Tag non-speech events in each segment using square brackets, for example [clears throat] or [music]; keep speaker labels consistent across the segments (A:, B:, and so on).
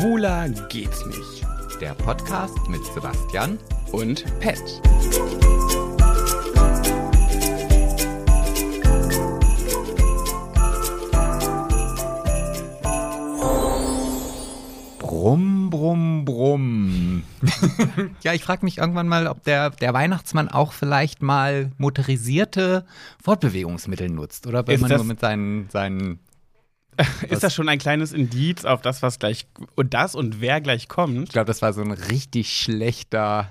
A: Cooler geht's nicht.
B: Der Podcast mit Sebastian.
A: Und Pest.
B: Brumm,
C: [laughs]
B: brumm, brumm. ja, ich frage mich irgendwann mal, ob der, der Weihnachtsmann auch vielleicht mal motorisierte Fortbewegungsmittel nutzt oder wenn
C: Ist
B: man
C: das-
B: nur mit seinen, seinen
C: Ist das schon ein kleines Indiz auf das, was gleich und das und wer gleich
B: Ich
C: kommt?
B: glaube, das war so ein richtig schlechter,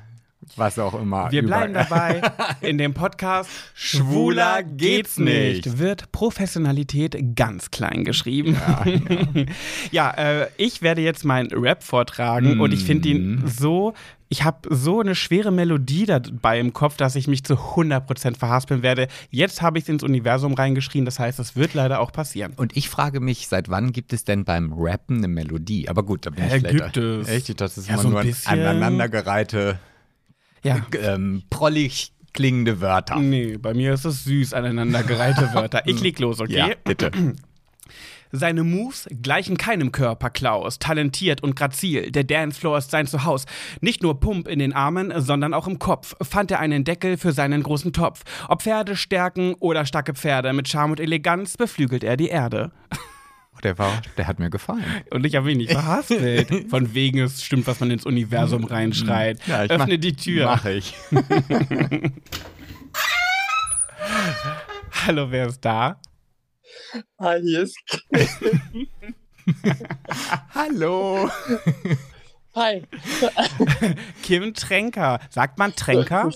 B: was auch immer.
C: Wir bleiben
B: Über-
C: [laughs] dabei in dem Podcast Schwuler geht's nicht. Wird Professionalität ganz klein geschrieben. Ja, genau. [laughs] äh, ich werde jetzt meinen Rap vortragen und ich finde ihn so. Ich habe so eine schwere Melodie dabei im Kopf, dass ich mich zu 100% verhaspeln werde. Jetzt habe ich es ins Universum reingeschrien, das heißt, es wird leider auch passieren.
B: Und ich frage mich, seit wann gibt es denn beim Rappen eine Melodie? Aber gut, da bin
C: Ja,
B: ich vielleicht-
C: gibt es.
B: Echt, das ist
C: Ja,
B: immer
C: so ein
B: nur ein
C: bisschen.
B: aneinandergereihte,
C: Ja.
B: ähm, prollig klingende Wörter.
C: Nee, bei mir ist es süß, aneinandergereihte
B: [laughs]
C: Wörter. Ich leg los, okay?
B: Ja, bitte.
C: Seine Moves gleichen keinem Körper, Klaus. Talentiert und grazil. Der Dancefloor ist sein Zuhause. Nicht nur Pump in den Armen, sondern auch im Kopf. Fand er einen Deckel für seinen großen Topf. Ob Pferde stärken oder starke Pferde, mit Charme und Eleganz beflügelt er die Erde.
B: Der, war, der hat mir gefallen.
C: Und ich habe ihn nicht
B: [laughs]
C: verhaspelt. Von wegen, es stimmt, was man ins Universum reinschreit.
B: Mm. Ja, ich
C: Öffne
B: mach-
C: die Tür.
B: Mache ich.
C: Hallo, wer ist da?
D: Hi,
C: [laughs]
D: hier ist.
B: Hallo.
D: Hi.
C: Kim Tränker. Sagt man
D: Äh,
C: Tränker?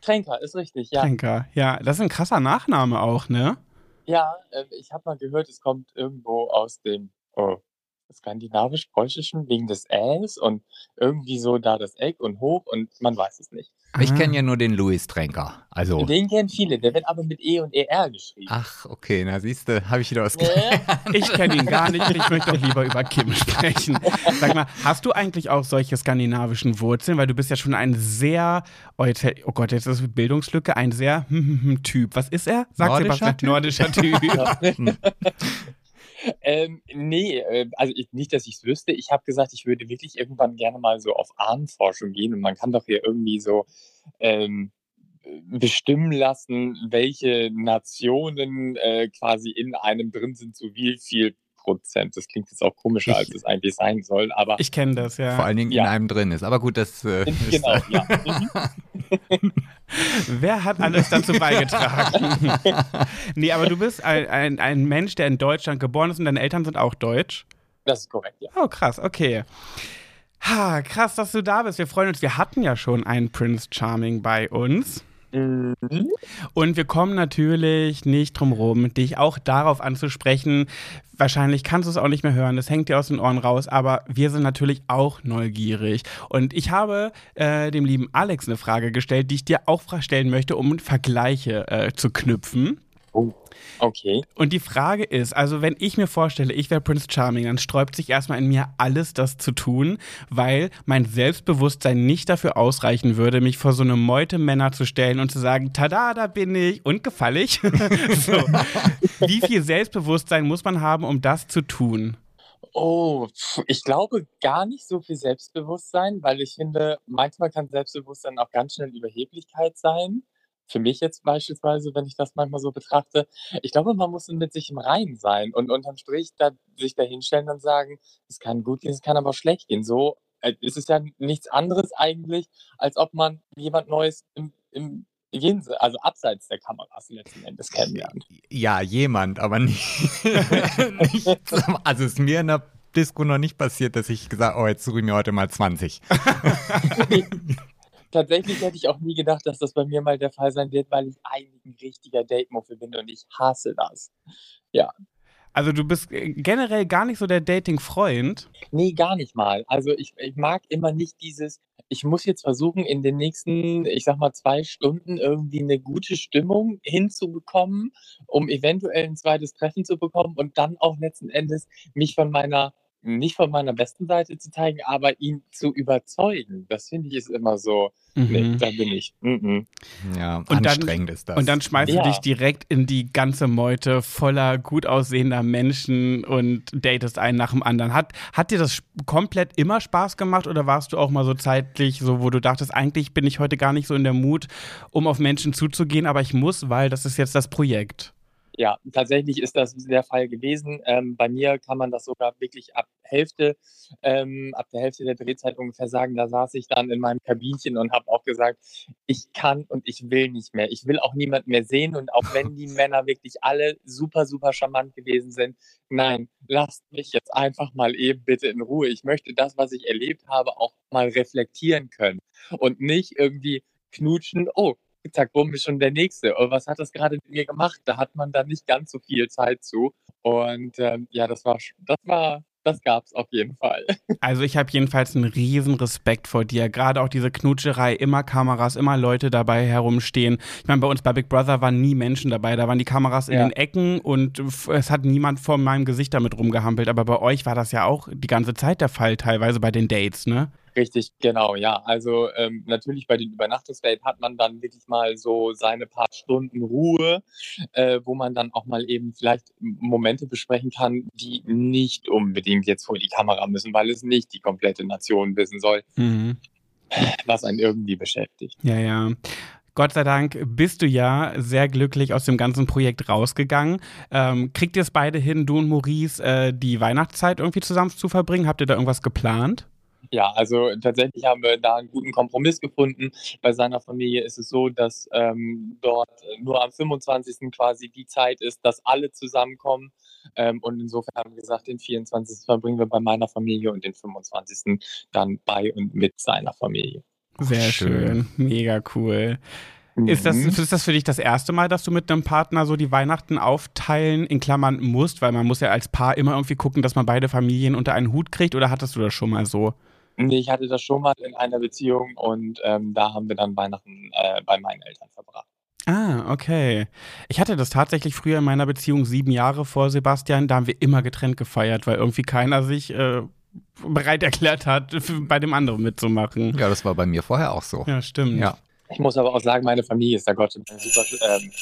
D: Tränker, ist richtig, ja.
C: Tränker, ja. Das ist ein krasser Nachname auch, ne?
D: Ja, ähm, ich habe mal gehört, es kommt irgendwo aus dem oh, skandinavisch-preußischen wegen des Äs und irgendwie so da das Eck und hoch und man weiß es nicht.
B: Ich
C: Ah.
B: kenne ja nur den Louis Tränker. Also.
D: Den kennen viele, der wird aber mit E und ER geschrieben.
B: Ach, okay, na siehste, habe ich wieder was gelernt.
D: Ne?
C: Ich kenne ihn gar nicht und ich möchte doch lieber über Kim sprechen. Sag mal, hast du eigentlich auch solche skandinavischen Wurzeln? Weil du bist ja schon ein sehr, oh, jetzt, oh Gott, jetzt ist Bildungslücke, ein sehr hm, hm, hm, Typ. Was ist er?
B: Nordischer Typ?
C: Nordischer Typ.
D: ähm, nee, äh, also ich, nicht, dass ich es wüsste. Ich habe gesagt, ich würde wirklich irgendwann gerne mal so auf Ahnenforschung gehen und man kann doch hier irgendwie so ähm, bestimmen lassen, welche Nationen äh, quasi in einem drin sind, zu wie viel Prozent. Das klingt jetzt auch komischer, als
B: Ich-
D: es eigentlich sein soll, aber
C: Ich kenne das, ja.
B: Vor allen Dingen in
D: Ja.
B: einem drin ist. Aber gut, das äh,
D: [laughs]
B: ist
D: genau, ja. Mhm.
C: Wer hat alles dazu
B: [laughs]
C: beigetragen? nee, aber du bist ein, ein, ein Mensch, der in Deutschland geboren ist und deine Eltern sind auch deutsch.
D: Das ist korrekt, ja.
C: Oh, krass, okay. Ha, krass, dass du da bist. Wir freuen uns. Wir hatten ja schon einen Prince Charming bei uns.
D: Mhm.
C: Und wir kommen natürlich nicht drum rum, dich auch darauf anzusprechen. Wahrscheinlich kannst du es auch nicht mehr hören, das hängt dir aus den Ohren raus, aber wir sind natürlich auch neugierig. Und ich habe äh, dem lieben Alex eine Frage gestellt, die ich dir auch fra- stellen möchte, um Vergleiche äh, zu knüpfen.
D: Oh. Okay.
C: Und die Frage ist, also wenn ich mir vorstelle, ich wäre Prince Charming, dann sträubt sich erstmal in mir alles, das zu tun, weil mein Selbstbewusstsein nicht dafür ausreichen würde, mich vor so eine Meute Männer zu stellen und zu sagen, tada, da bin ich und gefall ich. [laughs] so. Wie viel Selbstbewusstsein muss man haben, um das zu tun?
D: Oh, pf, ich glaube gar nicht so viel Selbstbewusstsein, weil ich finde, manchmal kann Selbstbewusstsein auch ganz schnell Überheblichkeit sein. Für mich jetzt beispielsweise, wenn ich das manchmal so betrachte. Ich glaube, man muss mit sich im Reinen sein und unterm Strich da, sich dahinstellen und sagen, es kann gut gehen, es kann aber auch schlecht gehen. So äh, ist es ja nichts anderes eigentlich, als ob man jemand Neues im, im Jense, also abseits der Kameras letzten Endes kennenlernt.
B: Ja, jemand, aber
D: [laughs]
B: nicht. nicht zusammen. also ist mir in der Disco noch nicht passiert, dass ich gesagt oh, jetzt suche ich mir heute mal 20.
D: Tatsächlich hätte ich auch nie gedacht, dass das bei mir mal der Fall sein wird, weil ich eigentlich ein richtiger Date-Muffel bin und ich hasse das.
C: Also du bist äh, generell gar nicht so der Dating-Freund.
D: Nee, gar nicht mal. Also ich, ich mag immer nicht dieses, ich muss jetzt versuchen, in den nächsten, ich sag mal, zwei Stunden irgendwie eine gute Stimmung hinzubekommen, um eventuell ein zweites Treffen zu bekommen und dann auch letzten Endes mich von meiner nicht von meiner besten Seite zu zeigen, aber ihn zu überzeugen. Das finde ich ist immer so. Nee,
C: Mhm.
D: da bin ich. Mhm.
B: Ja,
C: dann-
B: anstrengend ist das.
C: Und dann schmeißt
D: Ja.
C: du dich direkt in die ganze Meute voller gut aussehender Menschen und datest einen nach dem anderen. Hat, hat dir das sch- komplett immer Spaß gemacht oder warst du auch mal so zeitlich, so wo du dachtest, eigentlich bin ich heute gar nicht so in der Mut, um auf Menschen zuzugehen, aber ich muss, weil das ist jetzt das Projekt.
D: Ja, tatsächlich ist das der Fall gewesen. Ähm, bei mir kann man das sogar wirklich ab Hälfte, ähm, ab der Hälfte der Drehzeit ungefähr sagen. Da saß ich dann in meinem Kabinchen und habe auch gesagt, ich kann und ich will nicht mehr. Ich will auch niemand mehr sehen. Und auch wenn die Männer wirklich alle super, super charmant gewesen sind, nein, lasst mich jetzt einfach mal eben bitte in Ruhe. Ich möchte das, was ich erlebt habe, auch mal reflektieren können und nicht irgendwie knutschen. Oh, zack, bumm, ist schon der nächste. Oh, was hat das gerade mit mir gemacht? Da hat man dann nicht ganz so viel Zeit zu. Und ähm, ja, das war, sch- das war, das gab's auf jeden Fall. [laughs]
C: Also ich habe jedenfalls einen riesen Respekt vor dir. Gerade auch diese Knutscherei, immer Kameras, immer Leute dabei herumstehen. Ich meine, bei uns bei Big Brother waren nie Menschen dabei. Da waren die Kameras in
D: Ja.
C: den Ecken und f- es hat niemand vor meinem Gesicht damit rumgehampelt. Aber bei euch war das ja auch die ganze Zeit der Fall, teilweise bei den Dates, ne?
D: Richtig, genau, ja. Also ähm, natürlich bei den Übernachtungsdates hat man dann wirklich mal so seine paar Stunden Ruhe, äh, wo man dann auch mal eben vielleicht M- Momente besprechen kann, die nicht unbedingt jetzt vor die Kamera müssen, weil es nicht die komplette Nation wissen soll,
C: Mhm.
D: was einen irgendwie beschäftigt.
C: Ja, ja. Gott sei Dank bist du ja sehr glücklich aus dem ganzen Projekt rausgegangen. Ähm, kriegt ihr es beide hin, du und Maurice, äh, die Weihnachtszeit irgendwie zusammen zu verbringen? Habt ihr da irgendwas geplant?
D: Ja, also tatsächlich haben wir da einen guten Kompromiss gefunden. Bei seiner Familie ist es so, dass ähm, dort nur am 25. quasi die Zeit ist, dass alle zusammenkommen. Ähm, und insofern haben wir gesagt, den 24. verbringen wir bei meiner Familie und den 25. dann bei und mit seiner Familie.
C: Sehr schön.
B: schön.
C: Mega cool. Ist das,
D: Mhm.
C: ist das für dich das erste Mal, dass du mit einem Partner so die Weihnachten aufteilen, in Klammern musst? Weil man muss ja als Paar immer irgendwie gucken, dass man beide Familien unter einen Hut kriegt. Oder hattest du das schon mal so?
D: Nee, ich hatte das schon mal in einer Beziehung und ähm, da haben wir dann Weihnachten äh, bei meinen Eltern verbracht.
C: Ah, okay. Ich hatte das tatsächlich früher in meiner Beziehung sieben Jahre vor Sebastian. Da haben wir immer getrennt gefeiert, weil irgendwie keiner sich äh, bereit erklärt hat, [laughs] für- bei dem anderen mitzumachen.
B: ja, das war bei mir vorher auch so.
C: Ja, stimmt.
B: Ja.
D: Ich muss aber auch sagen, meine Familie ist da Gott sei Dank super. Ähm,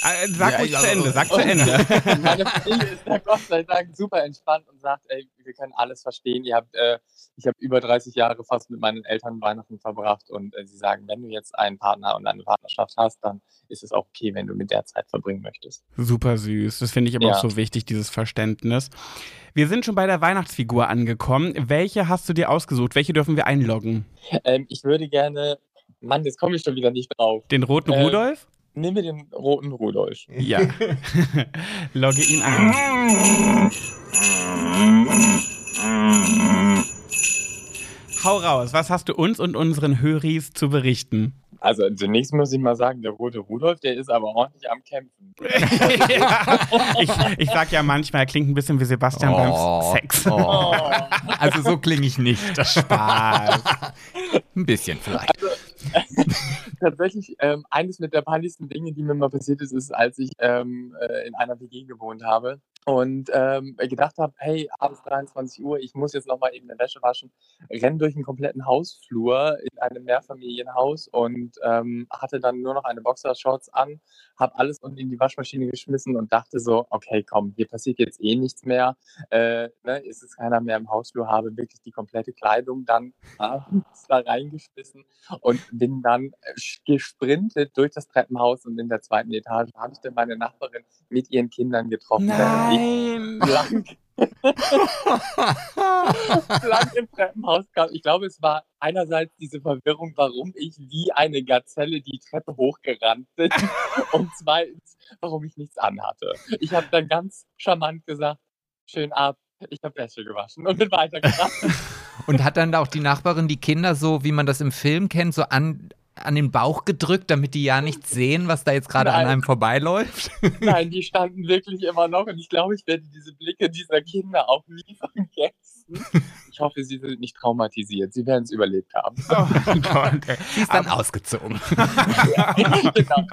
C: Äh, sag
B: Ja,
C: ruhig
B: ja,
C: zu Ende, sag zu
D: Und- [laughs]
C: Ende.
D: Meine Familie ist da Gott sei Dank super entspannt und sagt, ey, wir können alles verstehen. Ihr habt, äh, ich habe über 30 Jahre fast mit meinen Eltern Weihnachten verbracht und äh, sie sagen, wenn du jetzt einen Partner und eine Partnerschaft hast, dann ist es auch okay, wenn du mit der Zeit verbringen möchtest.
C: Super süß. Das finde ich aber
D: Ja.
C: auch so wichtig, dieses Verständnis. Wir sind schon bei der Weihnachtsfigur angekommen. Welche hast du dir ausgesucht? Welche dürfen wir einloggen?
D: Ähm, ich würde gerne, Mann, jetzt komme ich schon wieder nicht drauf.
C: Den roten
D: Ähm.
C: Rudolf?
D: Nimm mir den roten Rudolf.
C: [laughs] Ja. Logge ihn ein. Hau raus, was hast du uns und unseren Höris zu berichten? [laughs]
D: Also zunächst muss ich mal sagen, der rote Rudolf, der ist aber ordentlich am Kämpfen.
C: ja. ich, ich sag ja manchmal, er klingt ein bisschen wie Sebastian
B: Oh.
C: beim Sex.
B: Oh.
D: Oh.
B: Also so klinge ich [laughs] nicht.
C: Spaß.
B: Ein bisschen vielleicht.
D: tatsächlich ähm, eines mit der peinlichsten Dinge, die mir mal passiert ist, ist, als ich ähm, äh, in einer WG gewohnt habe und ähm, gedacht habe, hey, abends 23 Uhr, ich muss jetzt nochmal eben eine Wäsche waschen, renn durch einen kompletten Hausflur in einem Mehrfamilienhaus und ähm, hatte dann nur noch eine Boxershorts an, habe alles unten in die Waschmaschine geschmissen und dachte so, okay, komm, hier passiert jetzt eh nichts mehr, äh, ne, ist es keiner mehr im Hausflur, habe wirklich die komplette Kleidung dann [laughs] abends da reingeschmissen und bin dann äh, sch- gesprintet durch das Treppenhaus und in der zweiten Etage habe ich dann meine Nachbarin mit ihren Kindern
C: Oh.
D: getroffen. während
C: Nein.
D: Ich [laughs] blank, blank im Treppenhaus kam. Ich glaube, es war einerseits diese Verwirrung, warum ich wie eine Gazelle die Treppe hochgerannt bin und zweitens, warum ich nichts anhatte. Ich habe dann ganz charmant gesagt, schön ab, ich habe Wäsche gewaschen und bin weitergerannt.
B: Und hat dann da auch die Nachbarin die Kinder so, wie man das im Film kennt, so an, an den Bauch gedrückt, damit die ja nicht sehen, was da jetzt gerade an
D: Nein.
B: einem vorbeiläuft?
D: Nein, die standen wirklich immer noch und ich glaube, ich werde diese Blicke dieser Kinder auch nie vergessen. Ich hoffe, sie sind nicht traumatisiert. Sie werden es überlebt
C: [laughs]
D: haben. [laughs]
C: Oh Gott, ey.
B: Die ist dann ausgezogen.
D: genau.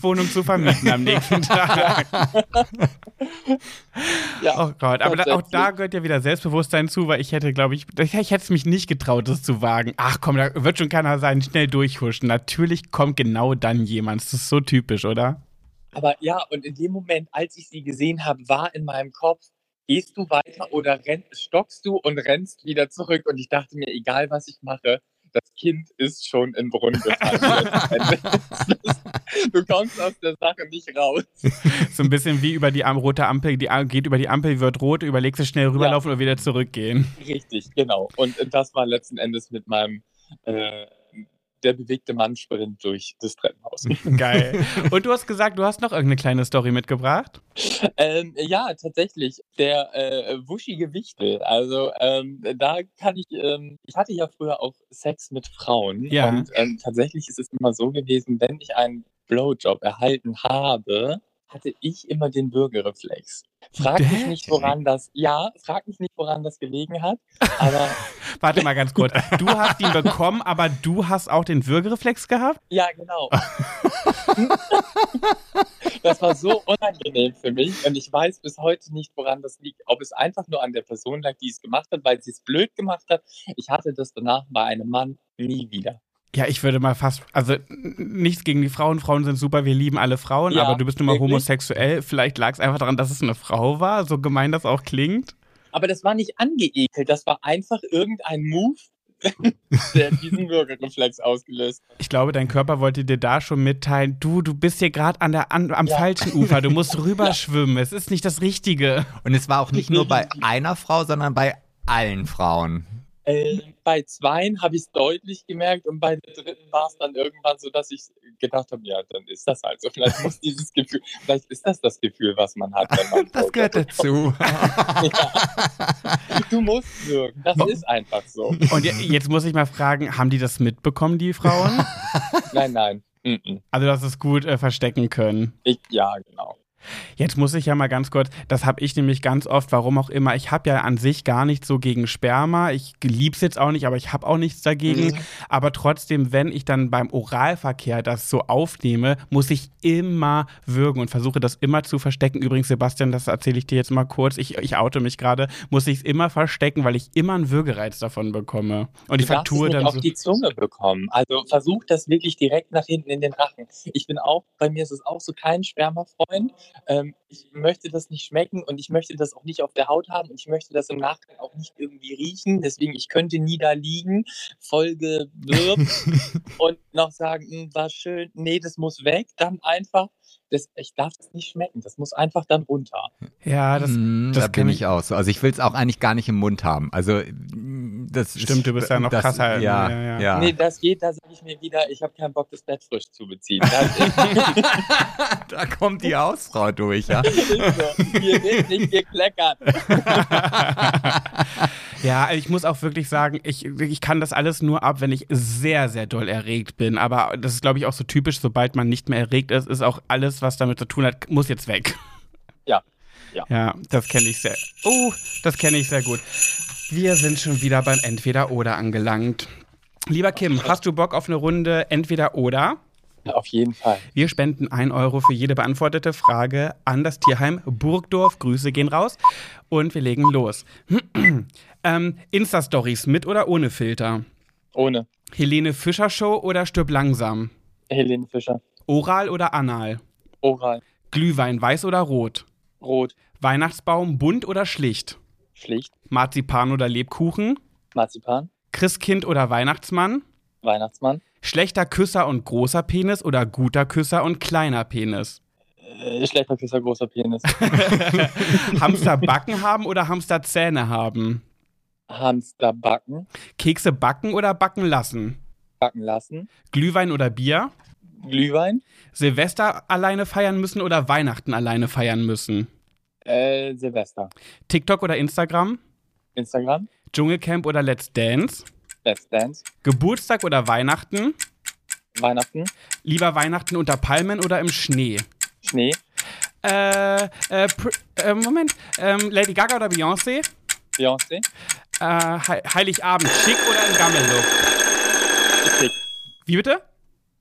C: Wohnung zu vermieten am nächsten Tag.
D: Ja.
C: Oh Gott, aber da, auch
D: Tatsächlich.
C: da gehört ja wieder Selbstbewusstsein zu, weil ich hätte, glaube ich, ich hätte es mich nicht getraut, das zu wagen. Ach komm, da wird schon keiner sein, schnell durchhuschen. Natürlich kommt genau dann jemand. Das ist so typisch, oder?
D: Aber ja, und in dem Moment, als ich sie gesehen habe, war in meinem Kopf, gehst du weiter oder renn, stockst du und rennst wieder zurück. Und ich dachte mir, egal was ich mache, das Kind ist schon in den Brunnen gefallen. du kommst aus der Sache nicht raus.
C: So ein bisschen wie über die Am- rote Ampel, die A- geht über die Ampel, wird rot, überlegst du schnell rüberlaufen oder wieder zurückgehen.
D: Richtig, genau. Und das war letzten Endes mit meinem, äh, der bewegte Mann sprint durch das Treppenhaus.
C: Geil. Und du hast gesagt, du hast noch irgendeine kleine Story mitgebracht.
D: Ähm, ja, tatsächlich. Der äh, wuschige Wichtel. Also ähm, da kann ich, ähm, ich hatte ja früher auch Sex mit Frauen.
C: Ja.
D: Und ähm, tatsächlich ist es immer so gewesen, wenn ich einen Blowjob erhalten habe, hatte ich immer den Bürgerreflex. Frag mich nicht, woran das, ja, frag mich nicht, woran das gelegen hat, aber
C: Warte mal ganz kurz. Du hast ihn bekommen, aber du hast auch den Würgereflex gehabt?
D: Ja, genau. [laughs] das war so unangenehm für mich und ich weiß bis heute nicht, woran das liegt. Ob es einfach nur an der Person lag, die es gemacht hat, weil sie es blöd gemacht hat. Ich hatte das danach bei einem Mann nie wieder.
C: Ja, ich würde mal fast, also n- nichts gegen die Frauen. Frauen sind super, wir lieben alle Frauen,
D: Ja,
C: aber du bist nun mal
D: wirklich.
C: homosexuell. Vielleicht lag es einfach daran, dass es eine Frau war, so gemein das auch klingt.
D: Aber das war nicht angeekelt, das war einfach irgendein Move, [laughs] der diesen Bürgerreflex ausgelöst hat.
C: Ich glaube, dein Körper wollte dir da schon mitteilen, du, du bist hier gerade an der an, am
D: Ja.
C: falschen Ufer, du
D: [laughs]
C: musst rüberschwimmen. Es ist nicht das Richtige.
B: Und es war auch nicht nur bei einer Frau, sondern bei allen Frauen.
D: Äh, bei zweien habe ich es deutlich gemerkt und bei der dritten war es dann irgendwann so, dass ich gedacht habe, ja, dann ist das halt so. Vielleicht muss dieses Gefühl, vielleicht ist das das Gefühl, was man hat. Wenn man
B: [laughs]
D: Also,
B: Das gehört dazu.
D: Du musst wirken. Das ist einfach so.
B: [laughs]
C: Und je, jetzt muss ich mal fragen, haben die das mitbekommen, die
D: [laughs]
C: Frauen?
D: Nein, nein. Mhm.
C: Also, dass es gut äh, verstecken können.
D: Ich, ja, genau.
C: Jetzt muss ich ja mal ganz kurz, das habe ich nämlich ganz oft, warum auch immer, ich habe ja an sich gar nichts so gegen Sperma, ich lieb's jetzt auch nicht, aber ich habe auch nichts dagegen,
D: Mhm.
C: aber trotzdem, wenn ich dann beim Oralverkehr das so aufnehme, muss ich immer würgen und versuche das immer zu verstecken. Übrigens, Sebastian, das erzähle ich dir jetzt mal kurz, ich, ich oute mich gerade, muss ich es immer verstecken, weil ich immer einen Würgereiz davon bekomme. Und ich
D: du darfst es
C: vertue
D: nicht
C: dann
D: auf
C: so.
D: die Zunge bekommen. Also versuch das wirklich direkt nach hinten in den Rachen. Ich bin auch, bei mir ist es auch so kein Spermafreund. Ähm, ich möchte das nicht schmecken und ich möchte das auch nicht auf der Haut haben und ich möchte das im Nachgang auch nicht irgendwie riechen. Deswegen, ich könnte nie da liegen, Folge und noch sagen, "Hm, war schön, nee, das muss weg. Dann einfach, das, ich darf es nicht schmecken. Das muss einfach dann runter.
C: Ja, das
B: Hm,
C: das
B: da
C: kann
B: bin
C: ich-
B: ich auch so. Also ich will es auch eigentlich gar nicht im Mund haben. Also mm, das ist-
C: Stimmt, du bist ja noch
B: das,
C: krasser.
B: Ja,
C: Ja, ja,
B: ja.
D: Nee, das geht, da sage ich mir wieder, ich habe keinen Bock, das Bett frisch zu beziehen. Das ist,
B: [laughs] da kommt die Hausfrau durch, ja.
D: ist so. Hier wird nicht gekleckert.
C: Ja, ich muss auch wirklich sagen, ich, ich kann das alles nur ab, wenn ich sehr, sehr doll erregt bin. Aber das ist, glaube ich, auch so typisch, sobald man nicht mehr erregt ist, ist auch alles, was damit zu tun hat, muss jetzt weg.
D: Ja, ja.
C: Ja, das kenne ich sehr. Oh, das kenne ich sehr gut. Wir sind schon wieder beim Entweder-Oder angelangt. Lieber Kim, hast du Bock auf eine Runde Entweder-Oder?
D: [laughs] Auf jeden Fall.
C: Wir spenden 1 Euro für jede beantwortete Frage an das Tierheim Burgdorf. Grüße gehen raus und wir legen los. [clears throat] ähm, Insta-Stories mit oder ohne Filter?
D: Ohne
C: Helene Fischer Show oder stirb langsam?
D: Helene Fischer.
C: Oral oder anal?
D: Oral,
C: Glühwein weiß oder rot?
D: Rot,
C: Weihnachtsbaum bunt oder schlicht?
D: Schlicht,
C: Marzipan oder Lebkuchen?
D: Marzipan,
C: Christkind oder Weihnachtsmann?
D: Weihnachtsmann,
C: Schlechter Küsser und großer Penis oder guter Küsser und kleiner Penis?
D: äh, schlechter Küsser, großer [laughs] Penis,
C: Hamster Backen haben oder Hamster Zähne haben?
D: Hamster backen,
C: Kekse backen oder backen lassen?
D: backen lassen,
C: Glühwein oder Bier?
D: Glühwein,
C: Silvester alleine feiern müssen oder Weihnachten alleine feiern müssen?
D: äh, Silvester,
C: TikTok oder Instagram?
D: Instagram,
C: Dschungelcamp oder Let's Dance?
D: Let's Dance,
C: Geburtstag oder Weihnachten?
D: Weihnachten,
C: Lieber Weihnachten unter Palmen oder im Schnee?
D: Schnee,
C: Äh, äh, pr- äh Moment. Ähm, Lady Gaga oder Beyoncé?
D: Beyoncé,
C: Äh, Hei- Heiligabend. Schick oder im Gammellook?
D: Schick,
C: Wie bitte?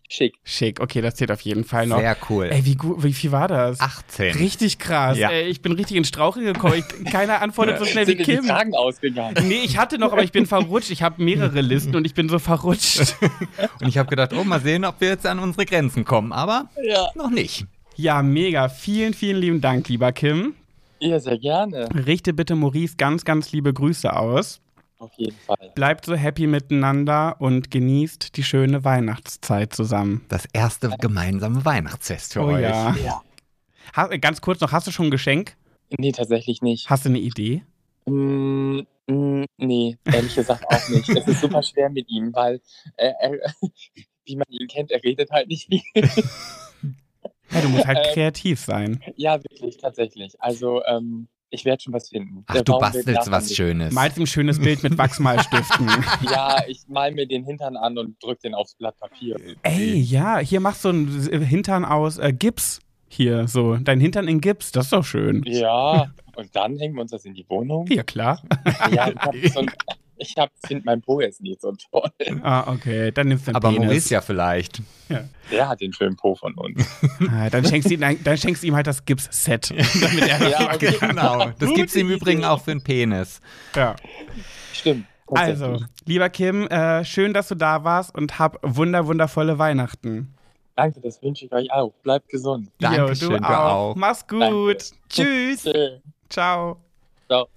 D: Schick.
C: Schick, okay, das zählt auf jeden [laughs] Fall noch.
B: Sehr cool.
C: Genau. Ey, wie, gut, wie viel war das?
B: 18.
C: Richtig krass.
B: Ja.
C: Ey, Äh, ich bin richtig in Strauche gekommen. Ich, keiner antwortet so schnell wie
D: Sind dir
C: Kim.
D: die Fragen ausgegangen? [laughs]
C: Nee, ich hatte noch, aber ich bin verrutscht. Ich habe mehrere Listen und ich bin so
D: [laughs]
C: verrutscht.
B: Und ich habe gedacht, oh, mal sehen, ob wir jetzt an unsere Grenzen kommen. Aber
D: Ja.
B: noch nicht.
C: Ja, mega. Vielen, vielen lieben Dank, lieber Kim.
D: ja, sehr gerne.
C: Richte bitte Maurice ganz, ganz liebe Grüße aus.
D: Auf jeden Fall.
C: Bleibt so happy miteinander und genießt die schöne Weihnachtszeit zusammen.
B: Das erste gemeinsame Weihnachtsfest
C: Oh
B: für euch.
D: Ja.
C: Ha äh, ganz kurz noch, hast du schon ein Geschenk?
D: Nee, tatsächlich nicht.
C: Hast du eine Idee?
D: Mm, mm, nee, ehrlich gesagt auch nicht. Es ist super schwer mit ihm, weil äh, er, [laughs] wie man ihn kennt, er redet halt nicht viel.
C: Ja, du musst halt
D: Ähm.
C: kreativ sein.
D: Ja, wirklich, tatsächlich. Also, ähm, ich werde schon was finden.
B: Ach,
D: Der
B: du
D: Baum wird
B: bastelst
D: davon
B: was
D: nicht-
B: Schönes.
C: Malst ihm ein schönes Bild mit Wachsmalstiften.
D: [laughs] Ja, ich mal mir den Hintern an und drück den aufs Blatt Papier.
C: Ey, ja, hier machst du einen Hintern aus äh, Gips. Hier, so. Dein Hintern in Gips, das ist doch schön.
D: Ja, und dann hängen wir uns das in die Wohnung.
C: Ja, klar.
D: Ja, ich habe so ein, ich hab, finde mein Po jetzt nicht so toll.
C: [laughs] Ah, okay, dann nimmst du einen
B: Aber
C: Penis.
B: Maurice
C: [laughs]
B: ja vielleicht.
D: Der hat den schönen Po von uns.
C: Ah, dann, schenkst du ihm, ein- dann schenkst du ihm halt das Gips-Set. damit er-
D: Ja, okay.
B: [laughs] Genau. Das
D: Gute
B: gibt es im
D: Idee.
B: Übrigen auch für einen Penis.
C: ja.
D: Stimmt.
C: Also,
D: tatsächlich.
C: lieber Kim, äh, schön, dass du da warst und hab wunder, wundervolle Weihnachten.
D: Danke, das wünsche ich euch auch. Bleibt gesund.
C: Jo,
B: Dankeschön, du auch.
C: Mach's gut.
D: Danke.
C: Tschüss.
D: Tschö.
C: Ciao.
D: Ciao.